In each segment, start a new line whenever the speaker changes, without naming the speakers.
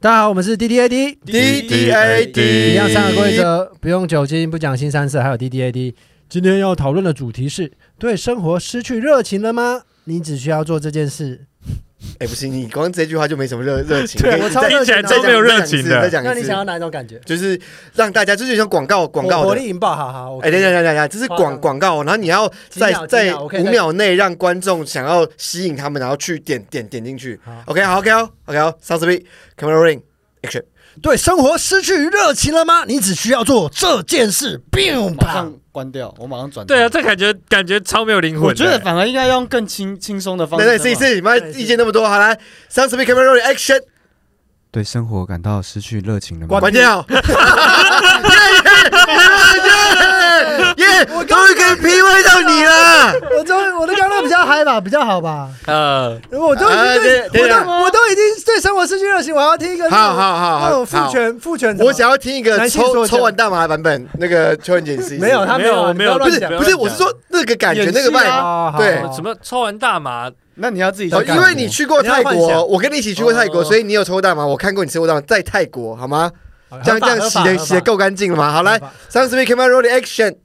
大家好，我们是 D D A D，
D D A D
一样三个规则，不用酒精，不讲新三色，还有 D D A D。今天要讨论的主题是：对生活失去热情了吗？你只需要做这件事。
哎、不行，你光这句话就没什么热热情。
对
你可以
我超
再
热
听起来
情的
都没有热情
再
的。
讲一次，
那
再
你
讲
想要
一次，
哪一种感觉？
就是让大家就是像广告广
我
告
活
的。
力引爆，好好。我
哎，等一下，等一下，等一下，这是广广告，然后你要在
几秒几
在
秒我可以
五
再
秒内让观众想要吸引他们，然后去点点点进去
好。
OK，好，OK，好，OK，好，Sounds b i c a m e r a ring action。
对生活失去热情了吗？你只需要做这件事。biu
马
啪
上关掉，我马上转。
对啊，，这感觉感觉超没有灵魂的。
我觉得反而应该用更轻轻松的方
来
式。
来，试一试，你妈意见那么多，好来，Sounds b i camera ring action，
对生活感到失去热情了吗？
关 掉。耶耶耶耶！终于可以 PV 到你了。
我终于我的刚刚比较嗨吧，比较好吧。
呃，
我都已经
啊对
对，
对
我
啊
都我都已经对生活失去热情，我要听一个
好好好
那
好，
种父权父权什么。
我想要听一个
男性
抽
作家
抽完大麻的版本，那个邱文锦是
没有他
没有
啊
没有
你要
不是
乱讲
不是，我是说那个感觉
演戏
那个
啊
脉。
哦好
对
好好
什么抽完大麻，
那你要自己去
哦
看。
因为你去过
你
泰
要幻
国，
想
我跟你一起去过泰国，
哦
所以你有抽过大麻，我看过你抽过大麻，在泰国好吗？
好
这样
合
这
法
样洗
合法
的
合
洗的
法
够干净了吗？好，来
合法
，Sounds me camera roll action。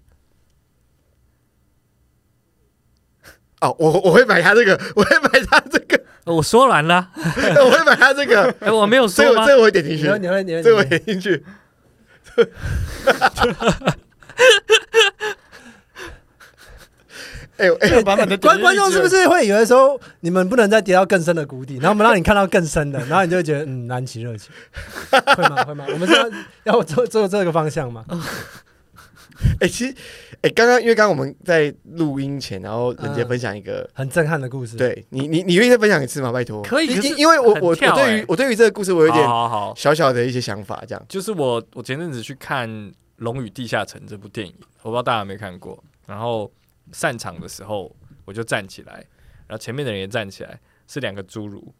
哦，我我会买他这个，我会买他这个，
呃我说完了，
我会买他这个，
哎，我没有
所以
说
我
吗？
这个我会点进
你
去
会，你会你会
这
你
个我
会
会点进去。 哎呦哎呦
这个版本的
观观众是不？是会以为说你们不能再跌到更深的谷底，然后我们让你看到更深的，然后你就会觉得嗯燃起热情，会吗？会吗？我们是要要做做这个方向吗？
哎，其实哎，刚刚因为刚刚我们在录音前，然后人
嗯
杰分享一个，
很震撼的故事，，
对你你你愿意再分享一次吗？拜托，
可以
因
可是
因因为我
很
我我
跳哦
对于
哎
我对于这个故事我有
好
点
好好，
小小的一些想法，这样
就是我我前阵子去看《龙与地下城》这部电影，我不知道大家有没有看过。然后散场的时候，我就站起来，然后前面的人也站起来，是两个侏儒，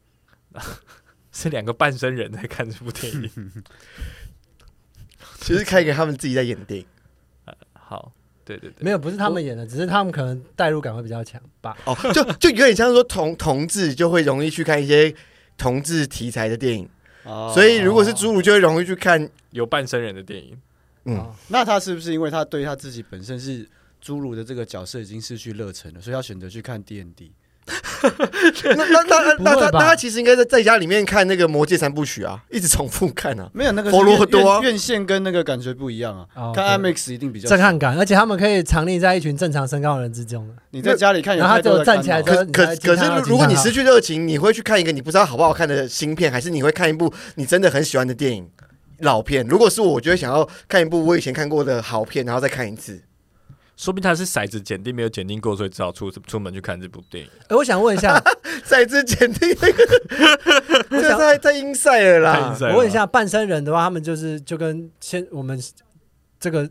是两个半身人在看这部电影。
其实看一个他们自己在演的电影
好，对对对，
没有不是他们演的，只是他们可能代入感会比较强吧。
哦，就就有点像是说同同志就会容易去看一些同志题材的电影，
哦
哦
所以如果是侏儒就会容易去看，
有半身人的电影，
嗯。
哦
那他是不是因为他对他自己本身是侏儒的这个角色已经失去热忱了，所以他选择去看 D N D？
那那那
不
那
会
他
吧
那他其实应该在在家里面看那个《魔戒三部曲》啊，一直重复看啊。
没有那个
佛罗多啊
院院线跟那个感觉不一样
哦
啊，看 IMAX 一定比较
震。撼感，而且他们可以藏匿在一群正常身高的人之中啊 的。
你在家里看有
然后他
太多
就
的
站
干
起来
扰
之后
可可
其他
可是
其他，
如果你
其他
失去热情，你会去看一个你不知道好不好看的新片，还是你会看一部你真的很喜欢的电影老片？如果是我，我就会想要看一部我以前看过的好片，然后再看一次。
说不定他是骰子检定没有检定过，所以只好出出门去看这部电影。
哎，我想问一下，
再次鉴定那个， 这太太阴塞了啦！
我问一，下，半身人的话，他们就是就跟现我们这个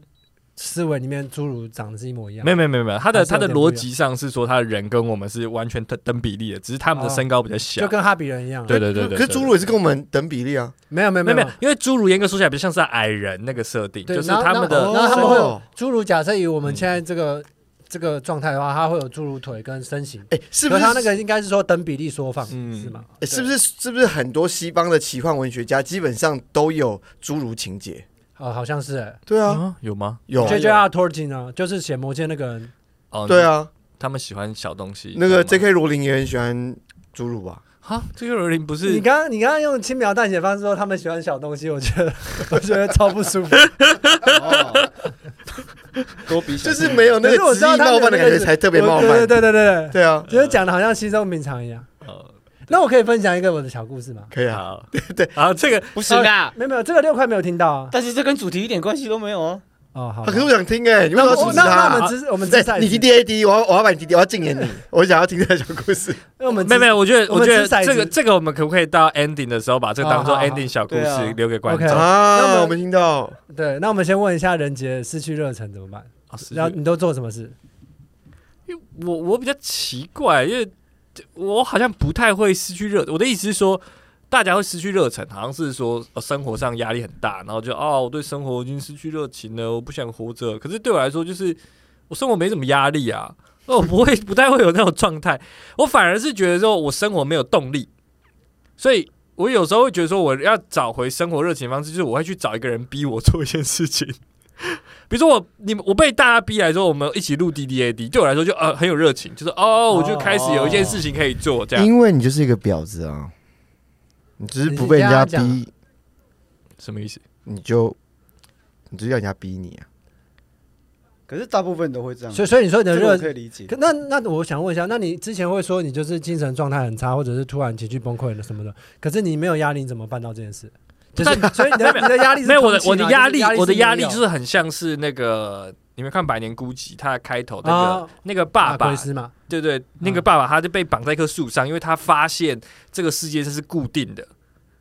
思维里面侏儒长得是一模一样
没。有没有没有没有，他的
还是
他
有
的
点
逻辑上是说他的人跟我们是完全等等比例的，只是他们的
哦
身高比较小。
就跟哈比人一样，
对对对对，
哎可是
对
侏儒也是跟我们等比例啊，
没有没有
没有
没
没
有
有，，因为侏儒严格说起来比较像是矮人那个设定，
对
就是
然后
他们
然
的
后然后他们会有
哦
侏儒，假设以我们现在这个、这个状态的话，它会有侏儒腿跟身形，
哎，是不
可
是
它那个应该是说等比例缩放，
嗯
是吗？
哎是不是是不是很多西方的奇幻文学家基本上都有侏儒情节？
哦，好像是、欸。
对啊，
啊有吗？
有
J J R Tolkien 啊，就是写魔戒那个人，
哦，
对，啊，
他们喜欢小东西。
那个
这
J.K. 罗琳也很喜欢侏儒吧？
哈，这个人不
你
是
刚刚你刚刚用轻描淡写方式说他们喜欢小东西，我觉 得我觉得超不舒服。
哦 多比想
就是没有那
可是我
个
知道
恣意
他们
冒犯的感觉，才特别冒
我对
犯。
对对对对，
对啊，
觉得讲的好像稀松平常一样。
呃，
那我可以分享一个我的小故事吗？
可以啊。
好，对啊，这个
不行 啊，
没有没有，这个六块没有听到啊。
但是这跟主题一点关系都没有哦。
哦，好
啊
吧。
可是我想听哎，你为什么要阻
我
止
那那
他
我们
啊？
只我们只
对，你 D D A D，我要我要把你 D D，我要禁 言你。我想要听这个小故事。
因为我们
没有没有，我觉得
我们
我觉得
掷骰子
这个这个我们可不可以到 ending 的时候把这个当做
哦好好
ending 小故
对啊
事留给观众
OK？那我
啊，
们
我们听到
对，那我们先问一下任杰失去热忱怎么办？
啊是
然后你都做什么事？
因为我我比较奇怪，因为我好像不太会失去热。我的意思是说，大家会失去热忱，好像是说、呃生活上压力很大，然后就哦，我对生活已经失去热情了，我不想活着。可是对我来说，就是我生活没什么压力啊，那我不会不太会有那种状态。我反而是觉得说我生活没有动力，所以我有时候会觉得说，我要找回生活热情的方式，就是我会去找一个人逼我做一件事情。 比如说我，你们我被大家逼来说，我们一起录 D D A D，对我来说就呃很有热情，就是哦，我就开始有一件事情可以做这样。
因为你就是一个婊子啊，你只是不被人家
啊
逼，
什么意思？
你就你就要人家逼你啊。
可是大部分都会
嗯
这样，
所以所以你说你的
这个我
热
可以理解
可。那那我想问一下，那你之前会说你就是精神状态很差，或者是突然情绪崩溃了什么的，可是你没有压力，你怎么办到这件事？就是 所以你的你的压力是
没有我的
空气嘛就
我的
是
压
压啊
力，我的压力就是是很像是那个你们看《百年孤寂》它的开头那个、
啊
那个爸
马
爸
奎，斯嘛，
对对，那个爸爸他就被绑在一棵树上，因为他发现这个世界是固定的，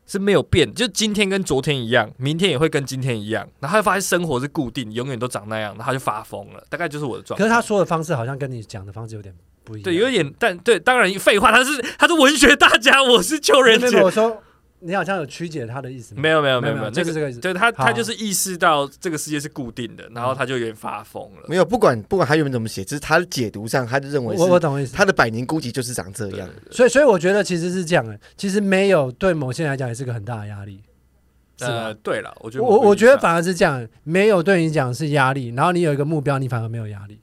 是没有变，就今天跟昨天一样，明天也会跟今天一样。然后他就发现生活是固定，永远都长那样，然后他就发疯了。大概就是我的状
可
态。
是他说的方式好像跟你讲的方式有点不一样。
对，有点，但对，当然废话，他是他是文学大家，我是救人
没有没有
姐。
我说你好像有曲解他的意思吗，
没有没有没有
没
没
有
有，
就
那
是
个
这个意思。
对他
好嗯
他就是意识到这个世界是固定的，然后他就有点发疯了。
没有，不管不管他原本怎么写，只是他的解读上，他就认为
我我
是
懂意思。
他的百年孤寂就是长这样。
所以所以我觉得其实是这样的，其实没有对某些人来讲也是个很大的压力。是吗
呃，对了，我觉得
我我觉得
反。
反而是这样，没有对你讲是压力，然后你有一个目标，你反而没有压力，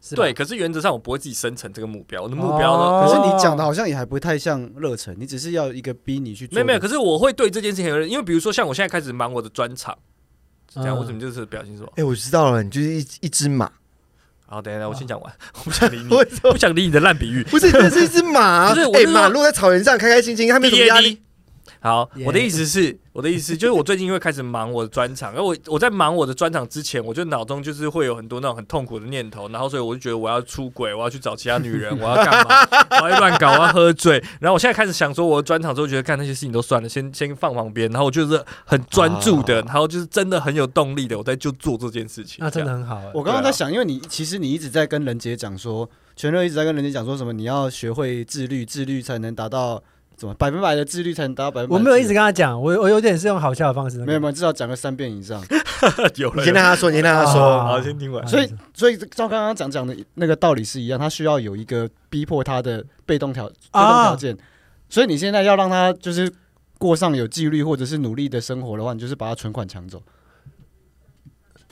是吧
对，，可是原则上我不会自己生成这个目标，我的目标呢？
哦
可是你讲的好像也还不太像热忱，你只是要一个逼你去做。
没有没有，，可是我会对这件事情很有热，因为比如说像我现在开始忙我的专场，这样、
嗯
我怎么就是表情是什么？
哎、我知道了，你就是一一只马，
好，等一下，我先讲 完，我不想理你，
为什么
不想理你的烂比喻。
不是，这是一只马、 啊。
不是我
哎、
是说
马落在草原上，开开心心，他没有什么压力。
好
Yeah
我的意思是，我的意思就是我 最近会开始忙我的专场，然后我我在忙我的专场之前，我就脑中就是会有很多那种很痛苦的念头，然后所以我就觉得我要出轨，我要去找其他 女人，我要干嘛，我要乱搞，我要喝醉。然后我现在开始想说，我的专场之后，觉得干那些事情都算了，先先放旁边，然后我就是很专注
啊
的，然后就是真的很有动力的，我在就做这件事情。
那真
这
的
样
很好、欸。
啊我刚刚在想，因为你其实你一直在跟仁杰讲说，全乐一直在跟仁杰讲说什么，你要学会自律，自律才能达到怎么百分百的自律，才能达到百分百。
我没有一直跟他讲，我我有点是用好笑的方式。
没有没有，至少讲个三遍 以上。
有
你
了，
先让他说，你先让他说。
啊
好，先听完
啊。
所以所以照刚刚讲讲的那个道理是一样，他需要有一个逼迫他的被动条被动条
啊
件，所以你现在要让他就是过上有纪律或者是努力的生活的话，你就是把他存款抢走。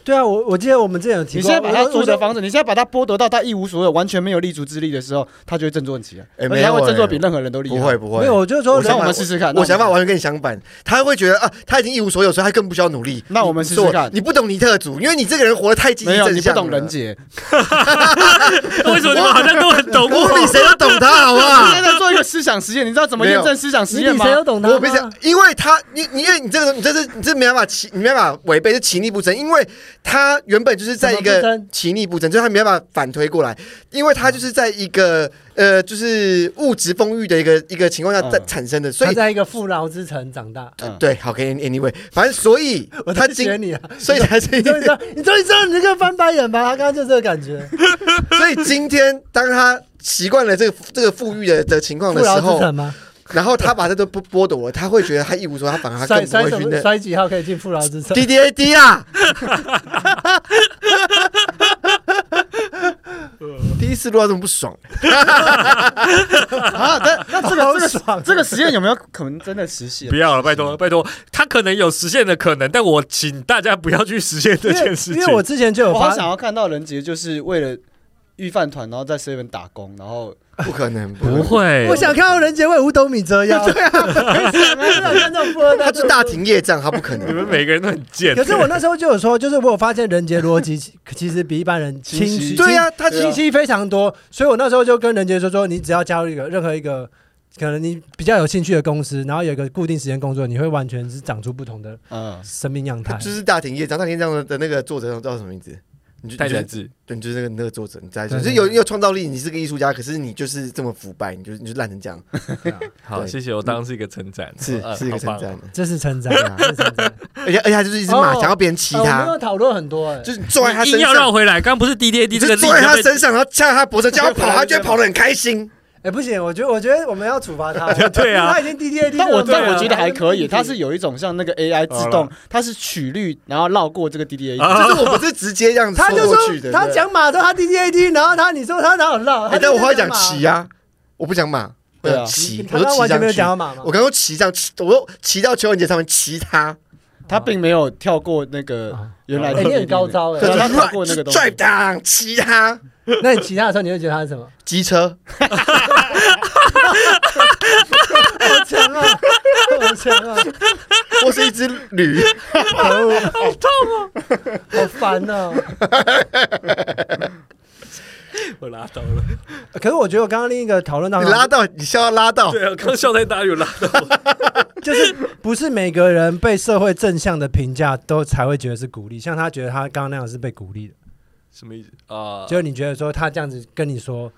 对啊，我我记得我们之前有提
你
过，
现在把他
我
住
我
的房子，你现在把他剥夺到他一无所有、完全没有立足之力的时候，他就会振作起来，
哎
而
没
且
有
他会振作
哎
比任何人都厉害。
不会，不
没
会，
有，我就说
我
人
想
想
我
法
们试试看。那
我想法
们
完全跟你相反，他会觉得啊，他已经一无所有，所以他更不需要努力。
那我们
你
试试
说
看
你不懂尼特族，因为你这个人活得太积极
没有，
正
你不
向了。
懂人杰，
为什么你们好像都很懂
我
我？
比谁都懂他，好不
我现
好？
在在做一个思想实验，你知道怎
啊
么
没有
验证思想实
你
验
比
吗
谁？都懂他吗
我不想，因为他，你你因为你这个，你这是你这没办法其，你没办法违背，是其逆不争。因为他原本就是在一
怎么
个
不争
其逆不争，就是他没办法反推过来，因为他就是在一个呃，就是物质丰裕的一个一个情况下
嗯
在产生的，所
他
以
在一个富饶之城长大。
嗯
对，好，OK anyway，反正所以
我
他
在学
今，
你啊，啊
所以才是
你终于知道，你终于知道你这个翻白 眼吧？他刚刚就这个感觉，
所以今天当他习惯了这个这个富裕的的情况
富
的时
饶之
候，
城吗？
然后他把这都剥剥夺了，他会觉得他一无所有，他反
啊
而他
摔
更不
摔
会
什
去
么？
那
摔几号可以进富饶之城？
D D A D 啊！第一次录到这么不爽，
啊，但那这个这
好
个
爽
这个实验有没有可能真的实现
不？要了，拜托了，拜托，他可能有实现的可能，但我请大家不要去实现这
因为
件事情。
因为我之前就有
我好
发
想要看到人杰就是为了御饭团，然后在 seven 打工，然后
不可能，不
不。会，
我想看到人杰为五斗米折 腰。对啊，我想看到富二代
他是大庭业障，他不可
你们
能。
每个人都很贱。
可是我那时候就有说，就是我有发现人杰逻辑其其实比一般人清
清
晰，
晰
对呀、他
对啊
清晰非常多，所以我那时候就跟人杰说说，你只要加入一个任何一个可能你比较有兴趣的公司，然后有一个固定时间工作，你会完全是长出不同的
嗯，
生命样态
就。是大庭业障，大庭业障的那个作者叫什么名字？你就
太
你就
宰治，
对，你就是那个那个作者，你在
对
就是
对
有
对
有创造力，你是个艺术家，可是你就是这么腐败，你就你就烂成这样，
好，
对
谢谢，我当然是一个称赞，
是
呃
是一个称，
好
赞
棒。
这是成长，
对啊
这是成长。
而且而且他就是一只马，
哦
想要别人骑
呃我们
他
有，讨论很多哎，
就是坐在他
你硬
身
要绕
上，
回来，刚刚不是 D D A D
你
这个
就
例
坐在他
子
身上，然后掐着他脖子，叫他跑，他就会跑得很开心。
哎不行，我觉得我觉得我们要处罚他。
对啊
他已经 D D A D，
但我
对啊
但我觉得还可以，它是有一种像那个 AI 自
好
动，它是曲率然后绕过这个 DDA，
就是我不是直接这样子
他就
过
说
去的，
他
对哎
讲马的，他 D D A D，然后他你说他哪有绕？
哎，但我后来讲
骑
骑啊，我不讲马，我
对啊
想骑，我
啊他
就
刚刚
骑
完全没有
上去
讲。到马嘛
我，刚刚骑上，骑，我都骑到邱文杰上面骑他，
他并没有跳过那个原来
哎、
的
你
规
很
定
高招哎、
对
就
啊
是
他跳过那个东西
drive down 骑他
那你骑他的时候，你会觉得他是 什么？
机车，
好强啊！好强啊！
或是一只驴。
可 恶！好痛哦，好烦哦。
我拉到了，
可是我觉得我刚刚另一个讨论到
你，拉到，你笑到拉到，
对啊，刚笑太大有拉到，
就是不是每个人被社会正向的评价都才会觉得是鼓励，像他觉得他刚刚那样是被鼓励的，
什么意思啊？
就是你觉得说他这样子跟你说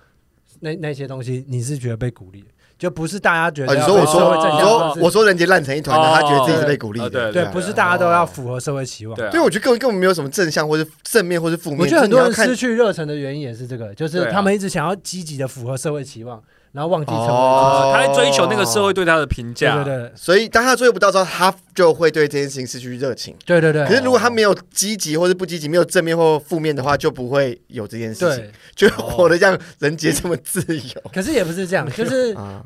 那那些东西，你是觉得被鼓励的，就不是大家觉
啊，
得
你
要
说我
被社
说，
会正
你
向，
说
或
我
是
说人家烂成一团的，
哦
他觉得自己是被鼓励
啊对
的，
对
啊，
不是大家都要符合社会期望。
对啊，
对，我觉得根本根本没有什么正向或是正面或是负面。
我觉得很
就是你
多
要
人
看
失去热忱的原因也是这个，就是
对啊
他们一直想要积极的符合社会期望，然后忘记成为自
哦
啊，他在追求那个社哦会对他的评
己。对
价，
对
所以当他追不到之后，他就会对这件事情失去热情。
对对对
可是
对
如果他没有积极或是不积极，没有正面或负面的话，就不会有这件事情，
对，
就活得像人杰这么自 由
可是也不是这 样，就是
啊。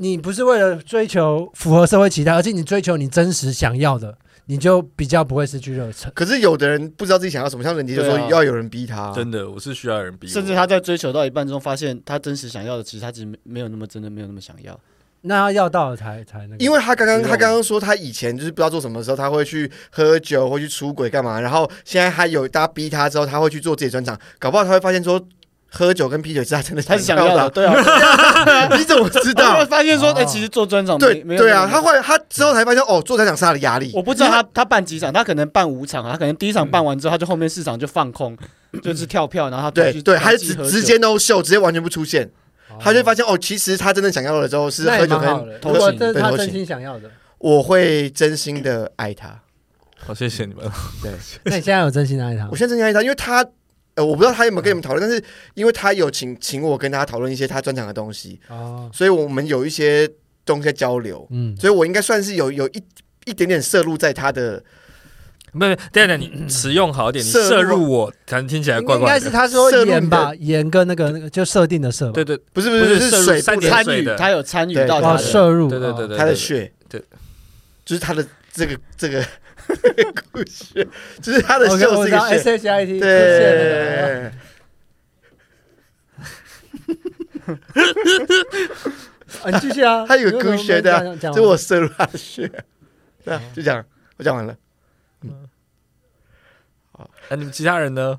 你不是为了追求符合社会期待，而且你追求你真实想要的，你就比较不会失去热忱。
可是有的人不知道自己想要什么，像人杰就说
对啊
要有人逼他，
真的，我是需要人逼我，
甚至他在追求到一半中，发现他真实想要的，其实他其实没没有那么真的没有那么想要。
那他要到了才才那个，
因为他刚刚
希望
他刚刚说他以前就是不知道做什么的时候，他会去喝酒，会去出轨干嘛，然后现在他有大家逼他之后，他会去做自己专场，搞不好他会发现说喝酒跟啤酒是他真的
他是想
的
要 的，
啊，
对啊。
你怎么知
他会
道？
发现说，
哦
哎，其实做专场
对
没没有
对啊，
那
他
么
会他之后才发现哦，做专场是他的压力。
我不知道他他办几场，他可能办五场啊，他可能第一
嗯
场办完之后，他就后面四场就放空，就是跳票，然后他
对
去
对，
去
他是
集
直
合酒
直接 no show，直接完全不出现，
哦
他就会发现哦，其实他真的想要的时候是
那
喝
也
酒
蛮好
跟
的。
偷
如果
情
这是
对
他
偷
真
情
心想要的，
我会真心的爱他。
好，谢谢你们，
那你现在有真心爱他吗
我？现在真的爱他，因为他呃，我不知道他有没有跟你们讨论，但是因为他有请请我跟他讨论一些他专场的东西，
哦，
所以我们有一些东西在交流，
嗯，
所以我应该算是有有一一点点摄入在他的，
没有，等一下你使用好一 点，你
摄入
摄入我，可能听起来怪
应
怪
该是
的。
他说
摄入
盐
你
吧，
的
盐跟那个那个就设定的设吧，
对对，
不是不
不
是
是摄
是
入
水
三
部
点
的
参
水
与
的，
他有参与
对
到
对
他
哦，
的
对
摄入，
对对对
哦
对，
他的血，
对，
就是他的这个这个 故事，就是他的
OK，
秀
哦我
是一
知道
个
S
血，
H I T，
对。
啊，你继续啊，
他有
你为什
科
么
学
没
的啊
讲讲
这
完
我摄入他的血，对啊，就这样，我讲完了。
那哎你们其他人呢？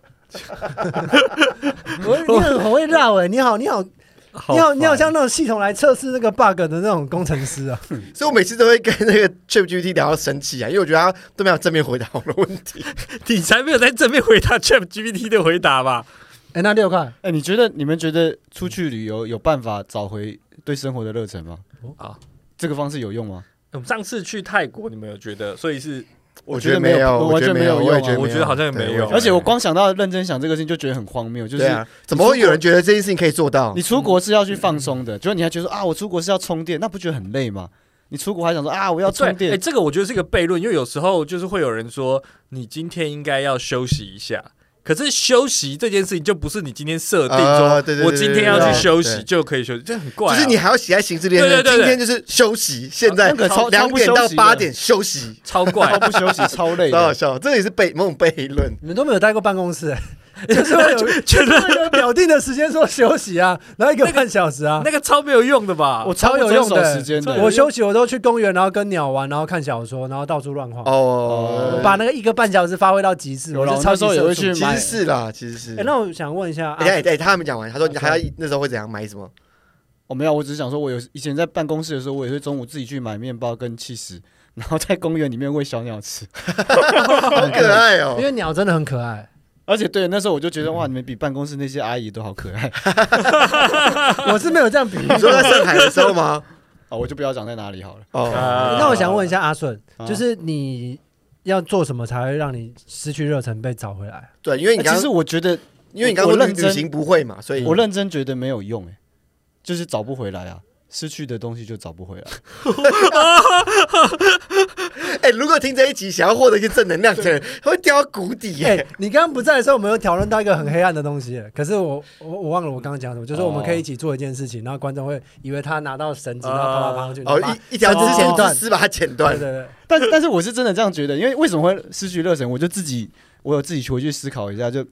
我你很很会绕哎，你好你好
好
你好你好
烦
像那种系统来测试那个 bug 的那种工程师啊，
所以我每次都会跟那个 ChatGPT 聊到生气啊，因为我觉得他都没有正面回答我的问题。
你才没有在正面回答 Chat GPT 的回答吧？
哎，那六块
哎，你觉得你们觉得出去旅游有办法找回对生活的热忱吗？
哦
啊，
这个方式有用吗？
我们上次去泰国，你们有觉得？所以是
我觉得没有
我
我
觉
完
得
全没
没有，
有
我也
用啊
觉得没有，
我觉得好像也没
对
有
觉得
而且我光想到认真想这个事情就觉得很荒谬，啊就是
哦对啊，怎么会有人觉得这件事情可以做到
你？出国是要去放松
嗯
的，就是你还觉得说啊，我出国是要充电，那不觉得很累吗？你出国还想说啊，我要充
对，哎、
电，
这个我觉得是一个悖论，因为有时候就是会有人说，你今天应该要休息一下。可是休息这件事情就不是你今天设定说，
啊对对对
我今天要去休息
对
就可以休息，这很怪、
就
啊。
是你还要写在行事历上面，
对对对
今
对
天就是休息，现在
那个超
两点
超
到
不休息的
八点休息，
超
超
怪，
不休息，超累
超好
的。
笑。这也是悖某种悖论，
你们都没有待过办公室，哎就是会有
觉得
会有表定的时间说休息啊，然后一个半小时啊
那。个超没有用的吧？
我
超
超
有用的
不遵守时间的，
我休息我都去公园，然后跟鸟玩，然后看小说，然后到处乱晃，
哦，
我把那个一个半小时发挥到极致。
有
我
啦
是超级
我那时候也会
社畜
去
其实是啦，其实是。
哎，那我想问一下，
哎
啊
哎哎，他还没讲完，他说你还要那时候会怎样买什么？
我、哦没有，我只是想说，我有以前在办公室的时候，我也是中午自己去买面包跟气死， 然后在公园里面喂小鸟吃。
好可爱 哦
因！为鸟真的很可爱，
而且对，那时候我就觉得哇，你们比办公室那些阿姨都好可爱 啊、
我是没有这样比 喻
你说在上海的时候吗？
哦我就不要讲在哪里好了。
哦
啊，
那我想问一下阿顺，
啊
就是你要做什么才会让你失去热忱被找回 来？
对，因为你
哎
刚
其实我觉得，
因为你刚刚
我
说
认
旅
真
旅行不会嘛，所以
我认真觉得没有用、哎，就是找不回来啊，失去的东西就找不回来。
哎、哎、如果听这一集想要获得一些正能量的人，他会掉到谷底耶、
哎、你刚刚不在的时候，我们有讨论到一个很黑暗的东西，啊可是我我我忘了我刚刚讲什么，就是我们可以一起做一件事情，然后观众会以为他拿到绳子，然后啪啪啪上去，然后把
哦，一一条之前
哦
断丝把它剪断
对，对对，
但但是我是真的这样觉得，因为为什么会失去热忱，我就自己我有自己回去思考一下，就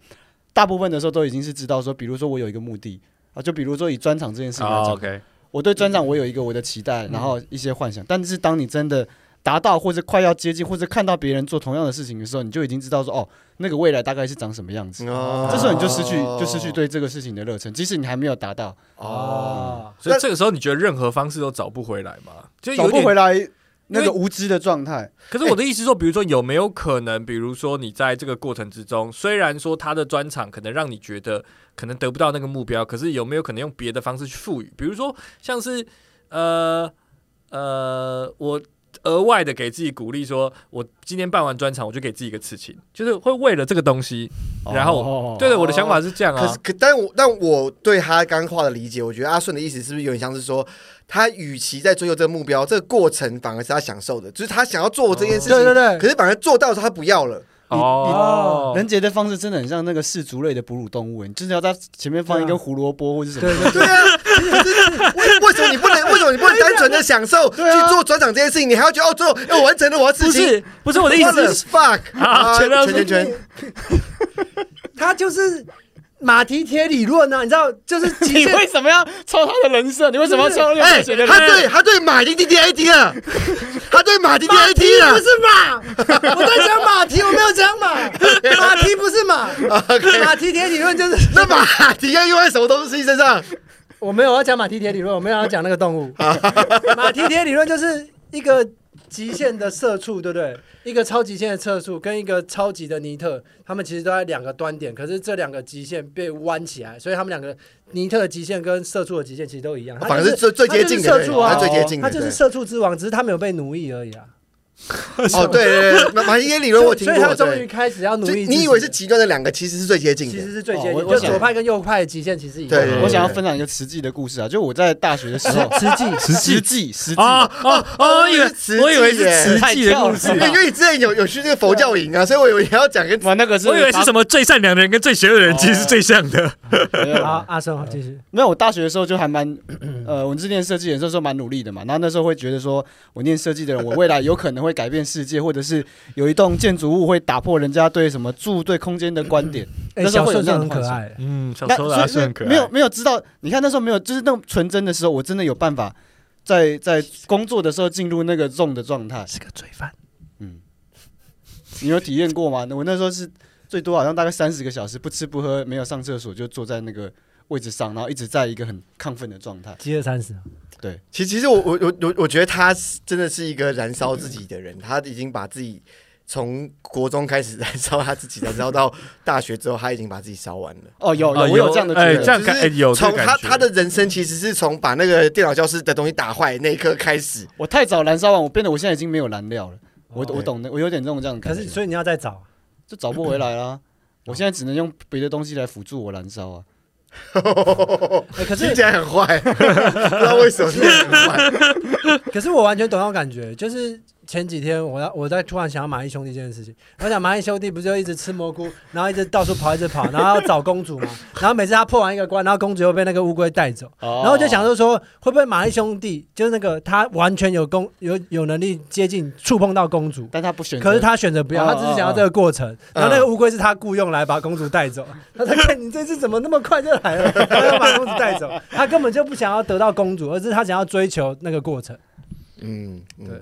大部分的时候都已经是知道说，比如说我有一个目的啊，就比如说以专场这件事情来
哦
讲，
，OK，嗯
我对专场我有一个我的期待，然后一些幻想，但是当你真的达到或者快要接近，或者看到别人做同样的事情的时候，你就已经知道说哦，那个未来大概是长什么样
嗯
子。
哦
这时候你就失去，就失去对这个事情的热忱，即使你还没有达到，
哦。
哦，
所以这个时候你觉得任何方式都找不回来嘛？就
找
有
不
点
回来那个无知的状态。
可是我的意思是说，比如说有没有可能，比如说你在这个过程之中，虽然说他的专场可能让你觉得可能得不到那个目标，可是有没有可能用别的方式去赋予？比如说像是呃呃，我额外的给自己鼓励说，我今天办完专场，我就给自己一个刺青，就是会为了这个东西。然后
后
对对，我的想法是这样
可
啊
是，。可但我但我对他刚刚话的理解，我觉得阿顺的意思是不是有点像是说，他与其在追求这个目标，这个过程反而是他享受的，就是他想要做这件事情，
哦
对对对，
可是反而做到的时候他不要了。
你你
哦，
人杰的方式真的很像那个氏族类的哺乳动物，你就是要在前面放一根胡萝卜或者是什么。
对对
对啊，可是为为什么你不能？为什么你不能单纯的享受去
对啊
做转场这件事情？你还要觉得哦，最后要完成了我要
不
刺青。
是不是我的意思是，
，fuck
啊全都是
全全全，
他就是马蹄铁理论啊，你知道，就是极
你
限
为什么要抄他的人设？你为什么要抄
哎，
任杰的人
他
设？
对他对马丁 D D A T 了，他对马丁 D
马
A
蹄
T 啊
不
了
是马，我在讲马蹄，我没有讲马，马蹄不是马，
OK
马蹄铁理论就是
那马蹄要用在什么东西身上？
我没有要讲马蹄铁理论，我没有要讲那个动 物。
啊
马蹄铁理论就是一个极限的射速，对不对？一个超极限的射速跟一个超级的尼特，他们其实都在两个端点，可是这两个极限被弯起来，所以他们两个尼特的极限跟射速的极限其实都一样，它
啊反而
就是
最最接近的
它就是射
人，
出啊
最接近
他
的，
就是
对
射畜之王，只是他没有被奴役而已啊。
哦，对对对，马马耶理论我听
所以他
过，
终于
对，
开始要奴
就
役自己
你以为是极端的两个，其实是最接近
其实
的。
是最接
哦
近，
我
就
我
是
想
左派跟右派的极限其实一样。
对对对
我想要分享一个实际的故事啊，就我在大学的时候，
实际
实际实际啊实际，
哦哦哦，我以为我以为是慈济的故事
太跳
因
了
啊
为因为你之前有有去那个佛教营啊，所以我以为你要讲跟
哇，那个是
我以为是什么最善良的人跟最邪恶的人其实是最像的。
么？没有
好，啊阿生继续。
啊没有，我大学的时候就还蛮， 呃，我是念设计的，那时候蛮努力的嘛。然后那时候会觉得说，我念设计的人，我未来有可能会改变世界，或者是有一栋建筑物会打破人家对什么住对空间的观点。
哎，
那时
小
候会有
顺
这
顺
样的
很可
幻想
爱，
嗯，小
那
时候的阿
所以
顺
所
很可
以
爱，
没有没有知道，你看那时候没有，就是那种纯真的时候，我真的有办法在在工作的时候进入那个 zone 的状态。
是个罪犯。
嗯，你有体验过吗？我那时候是最多好像大概三十个小时，不吃不喝，没有上厕所，就坐在那个位置上，然后一直在一个很亢奋的状态。
饥饿三十，
其实，其实我我我我我觉得他是真的是一个燃烧自己的人，他已经把自己从国中开始燃烧他自己，燃烧到大学之后，他已经把自己烧完了。
哦，有有，
哦
我有这样的
哎，
觉
这
得。
样感
就
哎
是
有这
从
个感
他
觉
他的人生其实是从把那个电脑教室的东西打坏那一刻开始。
我太早燃烧完，我变得我现在已经没有燃料了。我
哦
我懂的，我有点这种这样的
可
感
是
觉，
所以你要再找。
就找不回来啦。我现在只能用别的东西来辅助我燃烧啊。
哎可
听
是
起来很坏， 不知道为什么听起来很 坏。
可是我完全懂那种感觉，就是前几天我要我在突然想到蚂蚁兄弟这件事情，我想蚂蚁兄弟不是就一直吃蘑菇，然后一直到处跑，一直跑，然后要找公主嘛，然后每次他破完一个关，然后公主又被那个乌龟带走。
然
然后我就想，说说，会不会马蚁兄弟就是那个他完全有公有有能力接近触碰到公主，
但他不选择，
可是他选择哦不要，
哦
他只是想要这个过程。然后那个乌龟是他雇用来把公主带走，他在看你这次怎么那么快就来了， 他要把公主带走，他根本就不想要得到公主，而是他想要追求那个过程。
嗯，嗯
对。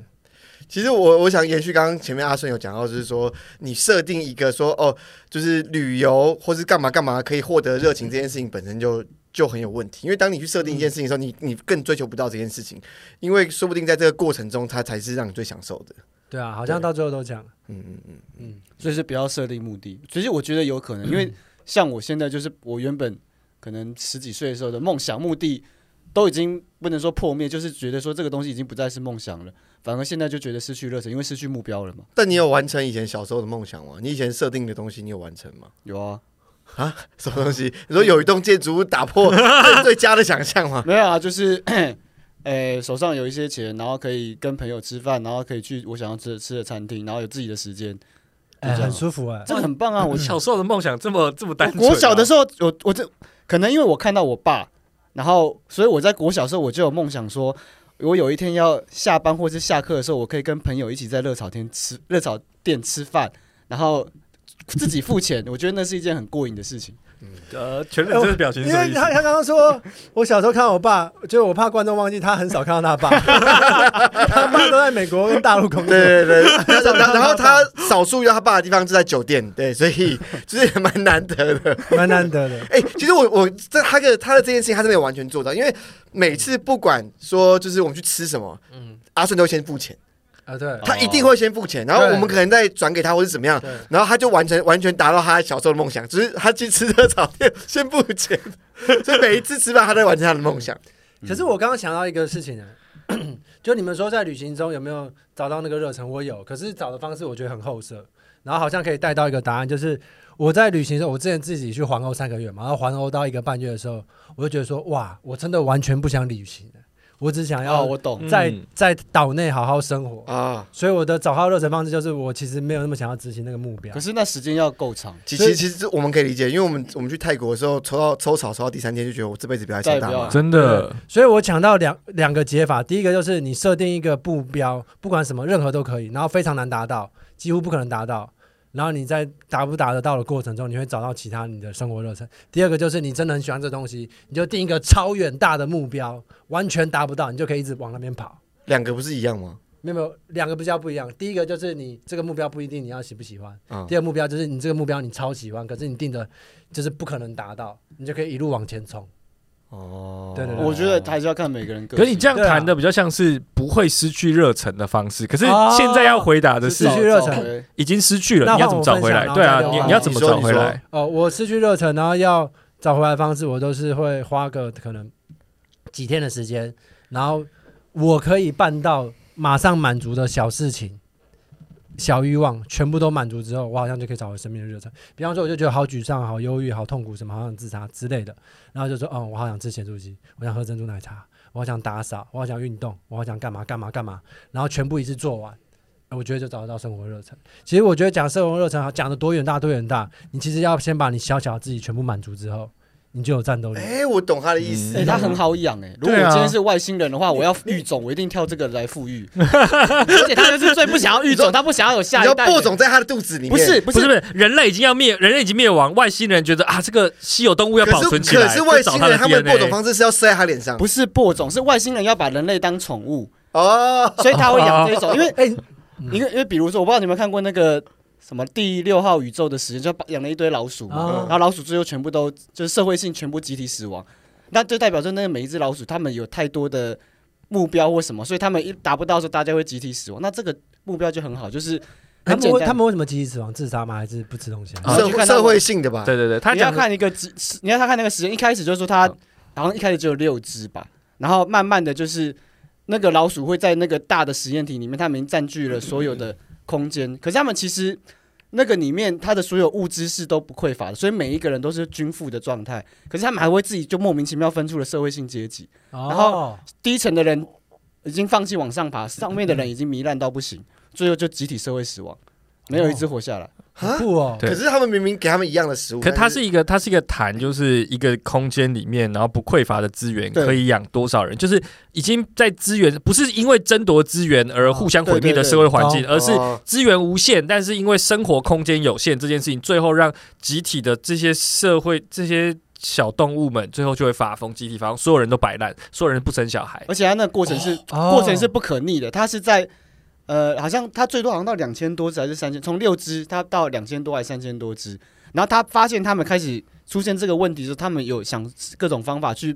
其实我我想延续刚刚前面阿顺有讲到，就是说你设定一个说哦，就是旅游或是干嘛干嘛可以获得热情这件事情本身就就很有问题，因为当你去设定一件事情的时候，
嗯
你你更追求不到这件事情，因为说不定在这个过程中，它才是让你最享受的。
对啊，好像到最后都这样。
嗯嗯嗯，
嗯，
所以是不要设定目的。其实我觉得有可能，因为像我现在就是我原本可能十几岁的时候的梦想目的，都已经不能说破灭，就是觉得说这个东西已经不再是梦想了，反而现在就觉得失去热忱，因为失去目标了嘛。
但你有完成以前小时候的梦想吗？你以前设定的东西，你有完成吗？
有啊，
什 么东西？你说有一栋建筑物打破对对家的想象吗？
没有啊，就是 诶、手上有一些钱，然后可以跟朋友吃饭，然后可以去我想要吃的吃的餐厅，然后有自己的时间，
哎、很舒服哎、
这个很棒啊！ 我
我小时候的梦想这么这么单纯、啊。
我国小的时候，我我这可能因为我看到我爸，然后所以我在国小的时候我就有梦想说，我有一天要下班或是下课的时候，我可以跟朋友一起在热炒店吃热炒店吃饭，然后自己付钱，我觉得那是一件很过瘾的事情。
候，呃，全脸这个表情是
哎因
什么
为他
意思？
他刚刚说，我小时候看我爸，就是我怕观众忘记他很少看到他 爸，他爸都在美国跟大陆工作。
对对对，然后然后他少数要他爸的地方是在酒店，对，所以 就是也蛮难得的。
蛮难得 的。
哎、其实我我这他的他的这件事情，他真的有完全做到，因为每次不管说就是我们去吃什么，
嗯，
阿顺都先付钱，
啊，对
他一定会先付钱，然后
对
我们可能再转给他或是怎么样，
对，
然后他就完全完全达到他小时候的梦想，只是他去吃热炒店先付钱， 所以每一次吃饭他都在完成他的梦想。
可是我刚刚想到一个事情呢、啊 就你们说在旅行中有没有找到那个热忱？我有，可是找的方式我觉得很后设，然后好像可以带到一个答案，就是我在旅行的时候，我之前自己去环欧三个月嘛，然后环欧到一个半月的时候，我就觉得说，哇，我真的完全不想旅行了，我只想
哦，
要
我懂，
在、
嗯
在岛内好好生活。
啊，
所以我的找到热忱方式就是，我其实没有那么想要执行那个目标
可。是那时间要够长，
其
所以
实其实我们可以理解，因为我们我们去泰国的时候抽到抽草抽到第三天就觉得我这辈子不要抽大
再也不要
麻，
真的，
所以我讲到两两个解法，第一个就是你设定一个目标，不管什么任何都可以，然后非常难达到，几乎不可能达到。然后你在达不达得到的过程中，你会找到其他你的生活热忱。第二个就是你真的很喜欢这东西，你就定一个超远大的目标，完全达不到，你就可以一直往那边跑。
两个不是一样吗？
没有没有，两个比较不一样。第一个就是你这个目标不一定你要喜不喜欢，
啊、
第二个目标就是你这个目标你超喜欢，可是你定的就是不可能达到，你就可以一路往前冲。
哦
对对对
我觉得还是要看每个人个
可
性。
是你这样谈的比较像是不会失去热忱的方式，可是
哦
现在要回答的
只
啊
失
是
去热忱
已经失去了，
那
你要怎么找回来
换？我分
对
享
啊，
然后
你
再
你要怎么
聊
找回来？
哦，我失去热忱，然后要找回来的方式，我都是会花个可能几天的时间，然后我可以办到马上满足的小事情、小欲望，全部都满足之后，我好像就可以找回生命的热忱。比方说，我就觉得好沮丧、好忧郁、好痛苦，什么好想自杀之类的，然后就说，嗯，我好想吃咸酥鸡，我想喝珍珠奶茶，我好想打扫，我好想运动，我好想干嘛干嘛干嘛，然后全部一次做完。我觉得就找得到生活热忱。其实我觉得讲生活热忱好，讲的多远大多远大，你其实要先把你小小的自己全部满足之后，你就有战斗力。
哎、我懂他的意思。
哎、他很好养哎、如果
对啊
我今天是外星人的话，我要育种，我一定跳这个来富裕。而且他就是最不想要育种，他不想要有
你
下
要
一代的。
播种在他的肚子里面，
不是不
不
是
是不是，人类已经要灭，人类已经灭亡，外星人觉得啊，这个稀有动物要
可
保
是
存起来，
可是外星人他们的播种方
方
式是要塞在他脸上
不是播种，是外星人要把人类当宠物，
哦。
所以他会养这种。因为
哎、
因为因为比如说，我不知道你们有没有看过那个什么第六号宇宙的实验，就养了一堆老鼠嘛，然
啊
后老鼠最后全部都就是社会性全部集体死亡，那就代表着那个每一只老鼠他们有太多的目标或什么，所以他们一达不到的时候，大家会集体死亡。那这个目标就很好，就是
他
很简
们为
单。
他们为什么集体死亡？自杀吗？还是不吃东西、啊？
啊
社
你去看他
社会性的吧，
对对对，他
你要
讲的
看一个只，你要他看那个时间，一开始就是说他
嗯
好像一开始只有六只吧，然后慢慢的就是那个老鼠会在那个大的实验体里面，它们已经占据了所有的空间，可是它们其实。那个里面，它的所有物资是都不匮乏的，所以每一个人都是均富的状态。可是他们还会自己就莫名其妙分出了社会性阶级，然
哦
后低层的人已经放弃往上爬，上面的人已经糜烂到不行，最后就集体社会死亡，没有一只活下来。
哦不哦，
对
可是他们明明给他们一样的食物，
可它
但
是一个，它是一个坛，就是一个空间里面，然后不匮乏的资源
对
可以养多少人，就是已经在资源不是因为争夺资源而互相毁灭的社会环境，而是
哦
资源无限，但是因为生活空间有限这件事情，最后让集体的这些社会这些小动物们最后就会发疯，集体发疯，所有人都摆烂，所有人不生小孩。
而且它那个过程是、
哦
过程是不可逆的，它是在呃，好像它最多好像到两千多只还是三千，从六只它到两千多还是三千多只，然后他发现他们开始出现这个问题的时候，他们有想各种方法去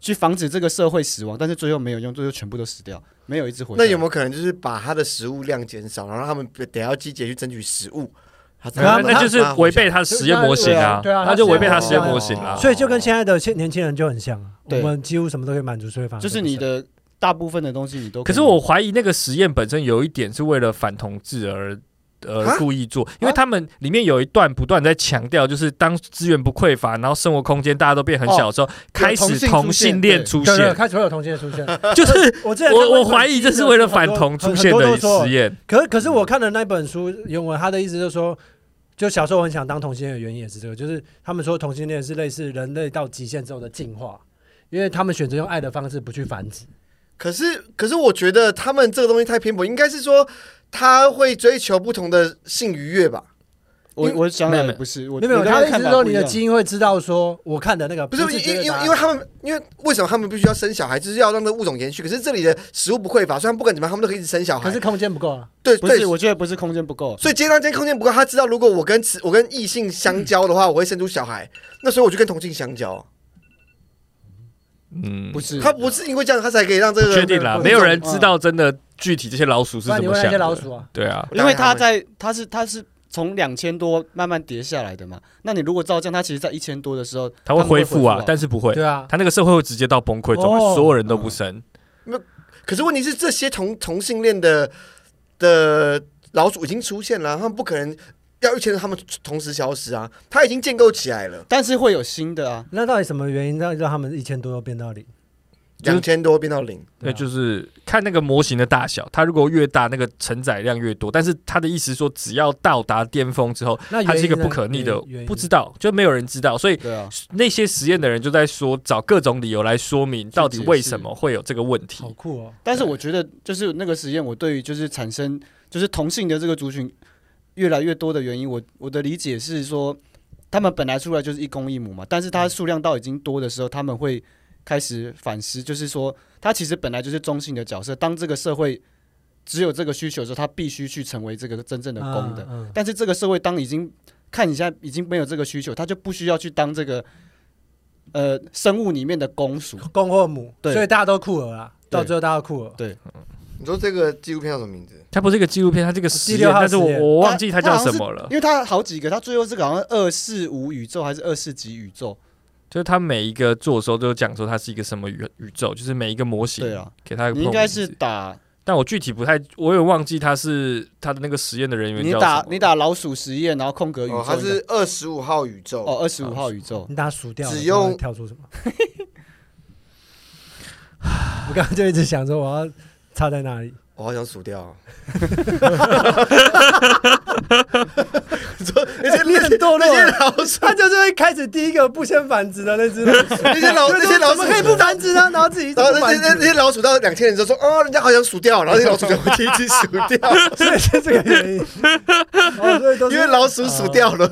去防止这个社会死亡，但是最后没有用，最后全部都死掉，没有一只活下
那
来。
有没有可能就是把他的食物量减少，然后让他们得要积极地去争取食物？他才
那
那
能
他们
那就是违背他的实验模型啊，
对啊对啊
那就违背他实验模型
哦
啊。
所以就跟现在的现年轻人就很像啊，我
对
们几乎什么都可以满足，所以反而
就是你的大部分的东西你都
可是我怀疑那个实验本身有一点是为了反同志而呃
啊
故意做，因为他们里面有一段不断在强调，就是当资源不匮乏，然后生活空间大家都变很小的时候，
哦
开
同
始
性
同
出现
性恋
对
出
对对，
现，
开始会有同性恋出现。
就是
我之前看过
我
一
我
本
怀疑这是为了反同出现的实验。
可可是我看的那本书原文，他的意思就是说，就小时候很想当同性恋的原因也是这个，就是他们说同性恋是类似人类到极限之后的进化，因为他们选择用爱的方式不去繁殖。
可是，可是我觉得他们这个东西太偏颇，应该是说他会追求不同的性愉悦吧？
我我想
没有
的
没
也
有
不是，我
没有没有，
我跟
他
他
的意
看
思是
法
说
不
你
一
的
样
基因会知道说我看的那个
不是，
是绝
因
对
因
答案
因为他们，因为为什么他们必须要生小孩，就是要让这个物种延续？可是这里的食物不匮乏，所以他们不管怎么样，他们都可以一直生小孩。
可是空间不够啊，
对
不
对
是，，我觉得不是空间不够，
所以今天当今天空间不够，他知道如果我跟雌我跟异性相交的话，我会生出小孩，那所以我就跟同性相交。
嗯，
不是
他不是因为这样，他才可以让这
不
个
确定啦，没有人知道真的具体这些老鼠是
啊不然
怎
你
么
问那
想
些老
的。
鼠啊，
对啊，
因为他在他是他是从两千多慢慢跌下来的嘛。那你如果照这样，他其实在一千多的时候，
它会恢复啊，但是不会，
对啊，
它那个社会会直接到崩溃状态，
哦
所有人都不生。
可是问题是，这些同同性恋的的老鼠已经出现了，他们不可能要一千他们同时消失啊，他已经建构起来了，
但是会有新的啊。
那到底什么原因让让他们一千多又变到零？
就是
两千多变到零，
啊
那就是看那个模型的大小，它如果越大，那个承载量越多。但是他的意思说，只要到达巅峰之后，
那
它
原因
是一个
呢
不可逆的
原原，因
不知道就没有人知道，所以
对啊，
那些实验的人就在说找各种理由来说明到底为什么会有这个问题
好。酷哦，
但是我觉得就是那个实验，我对于就是产生就是同性的这个族群越来越多的原因，我我的理解是说，他们本来出来就是一公一母嘛，但是它数量到已经多的时候，他们会开始反思，就是说，他其实本来就是中性的角色，当这个社会只有这个需求的时候，他必须去成为这个真正的公的。
嗯，嗯
但是这个社会当已经看你现在已经没有这个需求，他就不需要去当这个呃生物里面的公属。
公或母，
对
所以大家都酷儿啦，
对
到最后大家都酷儿。
你说这个纪录片叫什么名字？
它不是一个纪录片，它这个实
第六
验，
号
但是我
实验
我忘记它叫什么了
因。为它好几个，它最后这个好像二四五宇宙还是二四级宇宙？
就是它每一个做的时候都讲说它是一个什么宇宇宙，就是每一个模型
对啊，
给它一个
你
prompt
应该是
名字
打
但我具体不太，我有忘记它是它的那个实验的人员
你
叫
打
什么
你打老鼠实验，然后空格宇宙
哦
应，该，
它是二十五号宇宙，
哦二十五号宇宙，
你把它数掉了，
只用
不知道跳出什么？ 我刚刚就一直想说我要插在哪里，
我好想数掉、 啊。你说那些
很堕
那些
落。
老鼠，
他就是会开始第一个不先繁殖的那 只老鼠，
那些老那些老
怎
鼠
么可以不繁殖
啊
呢？然后自己一直
然后
不
那
繁
些那那
殖，
些老鼠到两千年之后说，哦，人家好想数掉，然后那些老鼠就会一起 数掉，
所以是这个原因。哦所以都是
因为老鼠数掉了。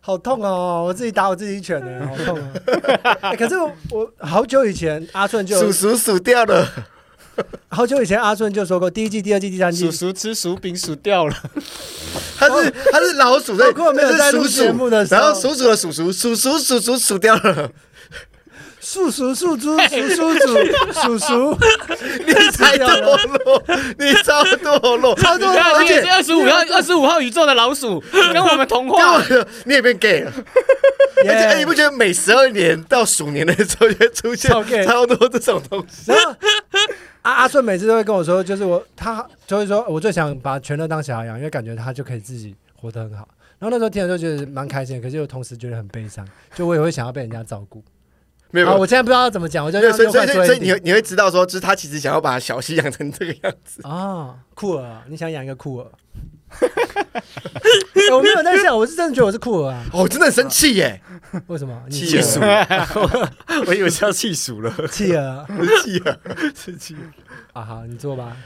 好痛哦！我自己打我自己一拳 呢，好痛啊！哎可是我我好久以前阿顺就
数数数掉了，
好久以前阿顺就说过，第一季、第二季、第三季
鼠鼠吃鼠饼鼠掉 了，
它是
哦
它是老鼠在，
包括没有在
它是
录
鼠
节目的
鼠，
时候
然后鼠鼠的鼠鼠鼠鼠鼠鼠鼠掉 了，
数数数 猪数数猪数数，
你才 堕落，你超堕落，超
你看
而
啊你也
且
是二十五号二十五号宇宙的老 鼠，跟我们同
跟
化
我。 的你也变 gay 了，而且哎你不觉得每十二年到鼠年的时候就会出现
超 gay
超多这种东西？
然后阿阿顺每次都会跟我说，就是我他就会说，我最想把全乐当小孩养，因为感觉他就可以自己活得很好。然后那时候听了就觉得蛮开心的，可是又同时觉得很悲伤，就我也会想要被人家照顾。
没有，没
啊，
有
我现在不知道要怎么讲，我就
对，
让
所以
六
所
块
以
说
所以
一
你
点
会你会知道说，就是他其实想要把小溪养成这个样子。
啊，酷儿，你想养一个酷儿？ 欸我没有在笑，我是真的觉得我是酷儿啊！
哦，我真的很生气 耶，
为什么？你
气
气
鼠，
儿
我以为是要气鼠了。
气儿
气啊，生气。
啊！好，你做吧。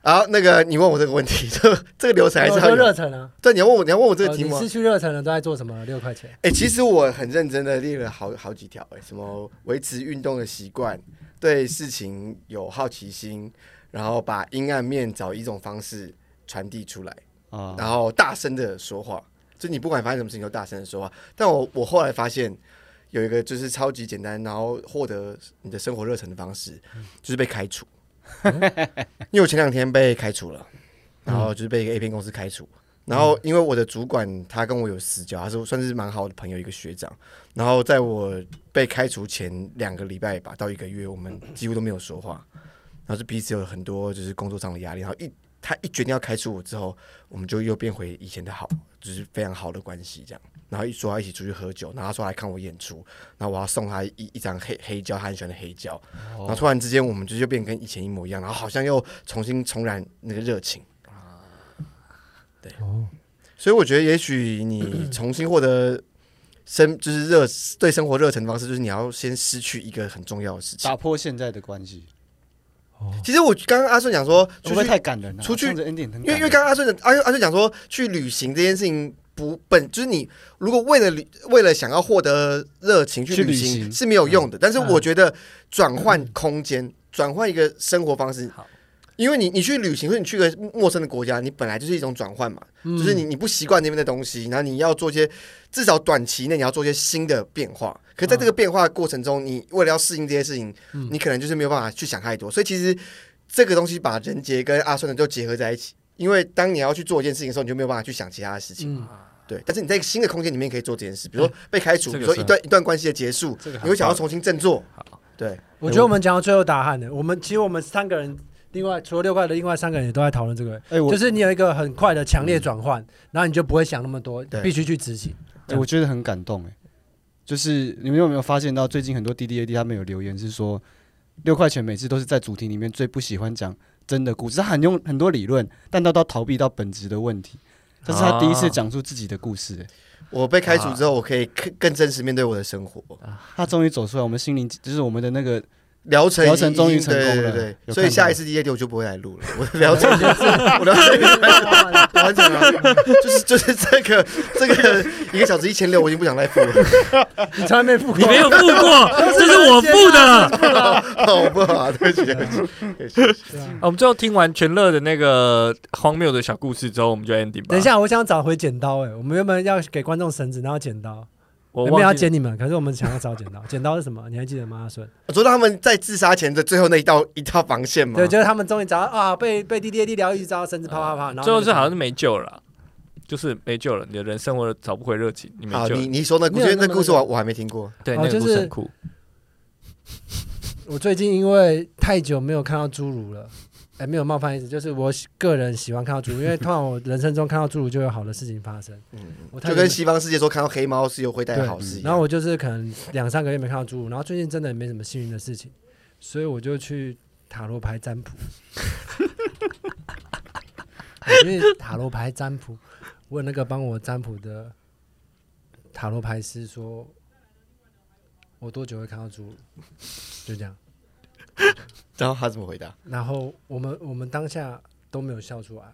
然后那个你问我这个问题，这这个流程还是
我
要
说热
有。
忱啊，
对，你要问我，你要问我这
哦
个题目
你
啊。
失去热忱了，都在做什么？六块钱，
哎，其实我很认真的列了好好几条，哎，什么维持运动的习惯，对事情有好奇心，然后把阴暗面找一种方式传递出来。
啊，
然后大声的说话，就你不管发生什么事情都大声的说话。但我我后来发现有一个就是超级简单，然后获得你的生活热忱的方式，就是被开除。因为我前两天被开除了，然后就是被一个 A 片公司开除。然后因为我的主管他跟我有私交，他是算是蛮好的朋友，一个学长。然后在我被开除前两个礼拜吧，到一个月，我们几乎都没有说话。然后就彼此有很多就是工作上的压力，然后一他一决定要开除我之后，我们就又变回以前的好，就是非常好的关系这样。然后一说要一起出去喝酒，然后他说来看我演出，然后我要送他一一张黑黑胶，他很喜欢的黑胶，然后突然之间我们就就变跟以前一模一样，然后好像又重新重燃那个热情。
哦，
所以我觉得，也许你重新获得生就是热对生活热忱的方式，就是你要先失去一个很重要的事情
打。破现在的关系，
其实我刚刚阿顺讲说，
会
出
不会
去
太感人了、啊
出去
这样子 ending 很感人
因为因为刚刚阿顺讲阿阿顺讲说，去旅行这件事情不本就是你如果为了旅为了想要获得热情去
去
旅
旅
行
行
是没有用的。但是
嗯
我觉得转换空间，转换一个生活方式
好，
因为你你去旅行或者你去个陌生的国家，你本来就是一种转换嘛，
嗯
就是你你不习惯那边的东西，然后你要做一些至少短期内你要做一些新的变化。可在这个变化的过程中，你为了要适应这些事情，
嗯
你可能就是没有办法去想太多。所以其实这个东西把人杰跟阿顺的就结合在一起，因为当你要去做一件事情的时候，你就没有办法去想其他的事情。
嗯，
对，但是你在一个新的空间里面可以做这件事，比如说被开除，
嗯
这
比
个
如说
是
一段一段关系的结束，
这个
你会想要重新振作。
好，
对，
我觉得我们讲到最后答案了。我们其实我们三个人，另外除了六块的另外三个人也都在讨论这个，
哎、我
就是你有一个很快的强烈转换，然后你就不会想那么多，
对
必须去执 行。
哎、我觉得很感动哎、就是你们有没有发现到最近很多 D D A D 他们有留言是说，六块钱每次都是在主题里面最不喜欢讲真的故事，他很用很多理论，但都到逃避到本质的问题。这是他第
啊
一次讲述自己的故事、哎
我被开除之后，我可以更更真实面对我的生活。
他终于走出来，我们心灵就是我们的那个
疗程
疗程终于
已经
成功
对
了
对对对，
有
所以
看
下
到
一次 D A D 我就不会来录了，我的疗程已经 我疗 程已经完成了，啊就是就是这个这个一个小时一千六，我已经不想再付了，
你从来没付过，
你没有付 过，这是我付的。
好哦不好？对不起对不起，
对啊
我们最后听完全乐的那个荒谬的小故事之后，我们就 ending 吧。
等一，下，我想找回剪刀、哎，我们原本要给观众绳子，然后剪刀，
我
我们要
忘记
剪你们，可是我们想要找剪刀。 剪刀是什么？你还记得吗，阿顺？
我说他们在自杀前的最后那一道一道防线嘛，
对，就是他们终于找到啊，被被 D D A D 疗愈，找到绳子啪啪啪，然后
最后
那
是
个
好像是没救了啦，就是没救了，你的人生活找不回热情，你没
好，
救了
你。你说那故事，
没有
因为
那
那
么
故事我我还没听过，
对，
哦
那
就
个
是
故事很酷。
我最近因为太久没有看到侏儒了，哎、没有冒犯意思，就是我喜个人喜欢看到侏儒，因为通常我人生中看到侏儒就有好的事情发生。
嗯，
我太
就
久
跟
没
西方世界说看到黑猫是有会带好事一
然后
样，
我就是可能两三个月没看到侏儒，然后最近真的也没什么幸运的事情，所以我就去塔罗牌 占卜。我去塔罗牌占卜，问那个帮我占卜的塔罗牌师说，我多久会看到侏儒？就这样。
然后他怎么回答？
然后我们我们当下都没有笑出来，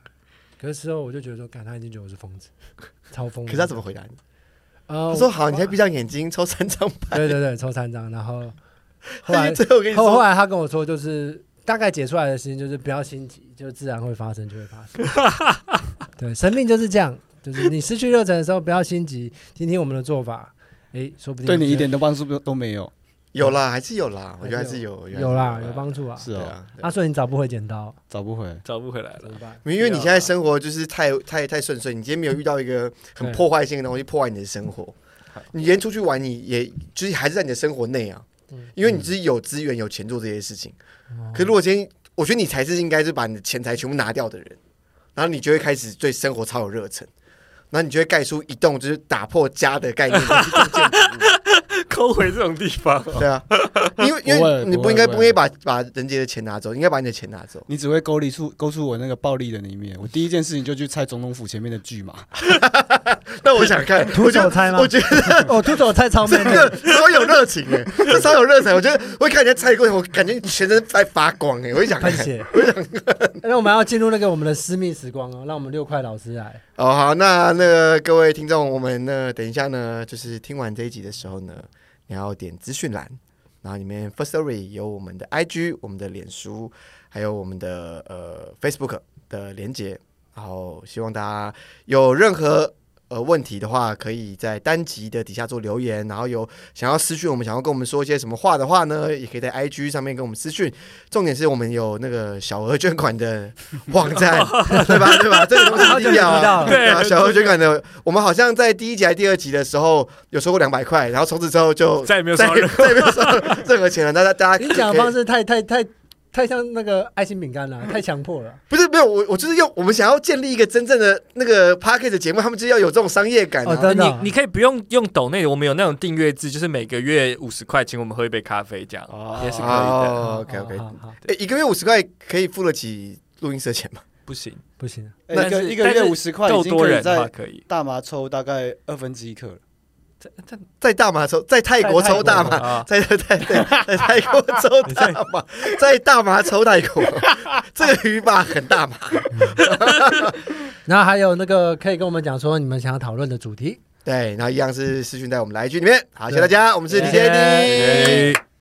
可是之后我就觉得说，看他已经觉得我是疯子，超疯
可
的。
是他怎么回答你？
呃
他说好，你再闭上眼睛抽三张牌，
对对对，抽三张，然后后
他
来
就最后跟你
后后
说，
来他跟我说，就是大概解出来的事情就是不要心急，就自然会发生，就会发生。 对，生命就是这样，就是你失去热忱的时候不要心急，听听我们的做法，诶，说不定
对你一
觉得
点的帮助都没有。
有啦，还是有啦，我觉得还是有，我觉得还是啊
有啦，有帮助啊。
是
对
哦，
啊，对啊
阿顺，你找不回剪刀
找不回。
找不回来
怎
了
么。办？
因为你现在生活就是太太太顺遂，你今天没有遇到一个很破坏性的东西 破坏你的生活，你连出去玩，你也就是还是在你的生活内啊
嗯，
因为你自己有资源有钱做这些事情。可如果今天，我觉得你才是应该是把你的钱财全部拿掉的人，然后你就会开始对生活超有热忱，然后你就会盖出一栋就是打破家的概念的一栋建筑物。
抠回这种地 方，
对啊，因为因
不
为
会
你
不
不
会
应该
不
不
会
应该把把人杰的钱拿走，应该把你的钱拿走。
你只会勾勒出勾出我那个暴力的那一面。我第一件事情就去拆总统府前面的巨马，
那我想看，
徒
我觉
手
得
猜吗
我？觉得。
哦，徒手猜 超
这
面的。
个超有热情哎、这超有热情。我觉得我一看人家猜过程，我感觉全身在发光哎、我就想看
喷。血。那我们要进入那个我们的私密时光哦，让我们六块老师来。
哦，好，那那个各位听众，我们呢等一下呢，就是听完这一集的时候呢，你要点资讯栏，然后里面 First Story 有我们的 IG、我们的脸书，还有我们的呃 Facebook 的连接。然后希望大家有任何呃问题的话，可以在单集的底下做留言。然后有想要私讯我们，想要跟我们说一些什么话的话呢，也可以在 IG 上面跟我们私讯。重点是我们有那个小额捐款的网站，对吧？对吧？这个东西一
好久没
定要
提到
啊，
了
对啊，
对
小额捐款的，我们好像在第一集还是第二集的时候有收过两百块，然后从此之后就
再也没有
再
收
也
到任
再也没有收到任何钱了。大家大家
你讲的
哎可以
方式太太太太像那个爱心饼干了，太强迫了。
不是没有我，我就是用我们想要建立一个真正的那个 p a c k a g e 节目，他们就是要有这种商业感、啊。
哦真的啊
呃你你可以不用用抖内，我们有那种订阅制，就是每个月五十块，请我们喝一杯咖啡这样，
哦
也是可以的。
哦，OK OK，
好好好
哎、一个月五十块可以付得起录音社钱吗？
不行，
不行，
哎
但
一个
是
一个
但
月
是
五十块已
够
经
多
可以
人的话
在
可以。
大麻抽大概二分之一克了。
在大麻抽，在泰国抽大麻，
啊，
在在在在泰国抽大麻，在大麻抽泰国， 这个语法很大麻。
然后还有那个可以跟我们讲说你们想要讨论的主题。
对，然后一样是私讯在我们来一句里面。好，谢谢大家，我们是 T T D。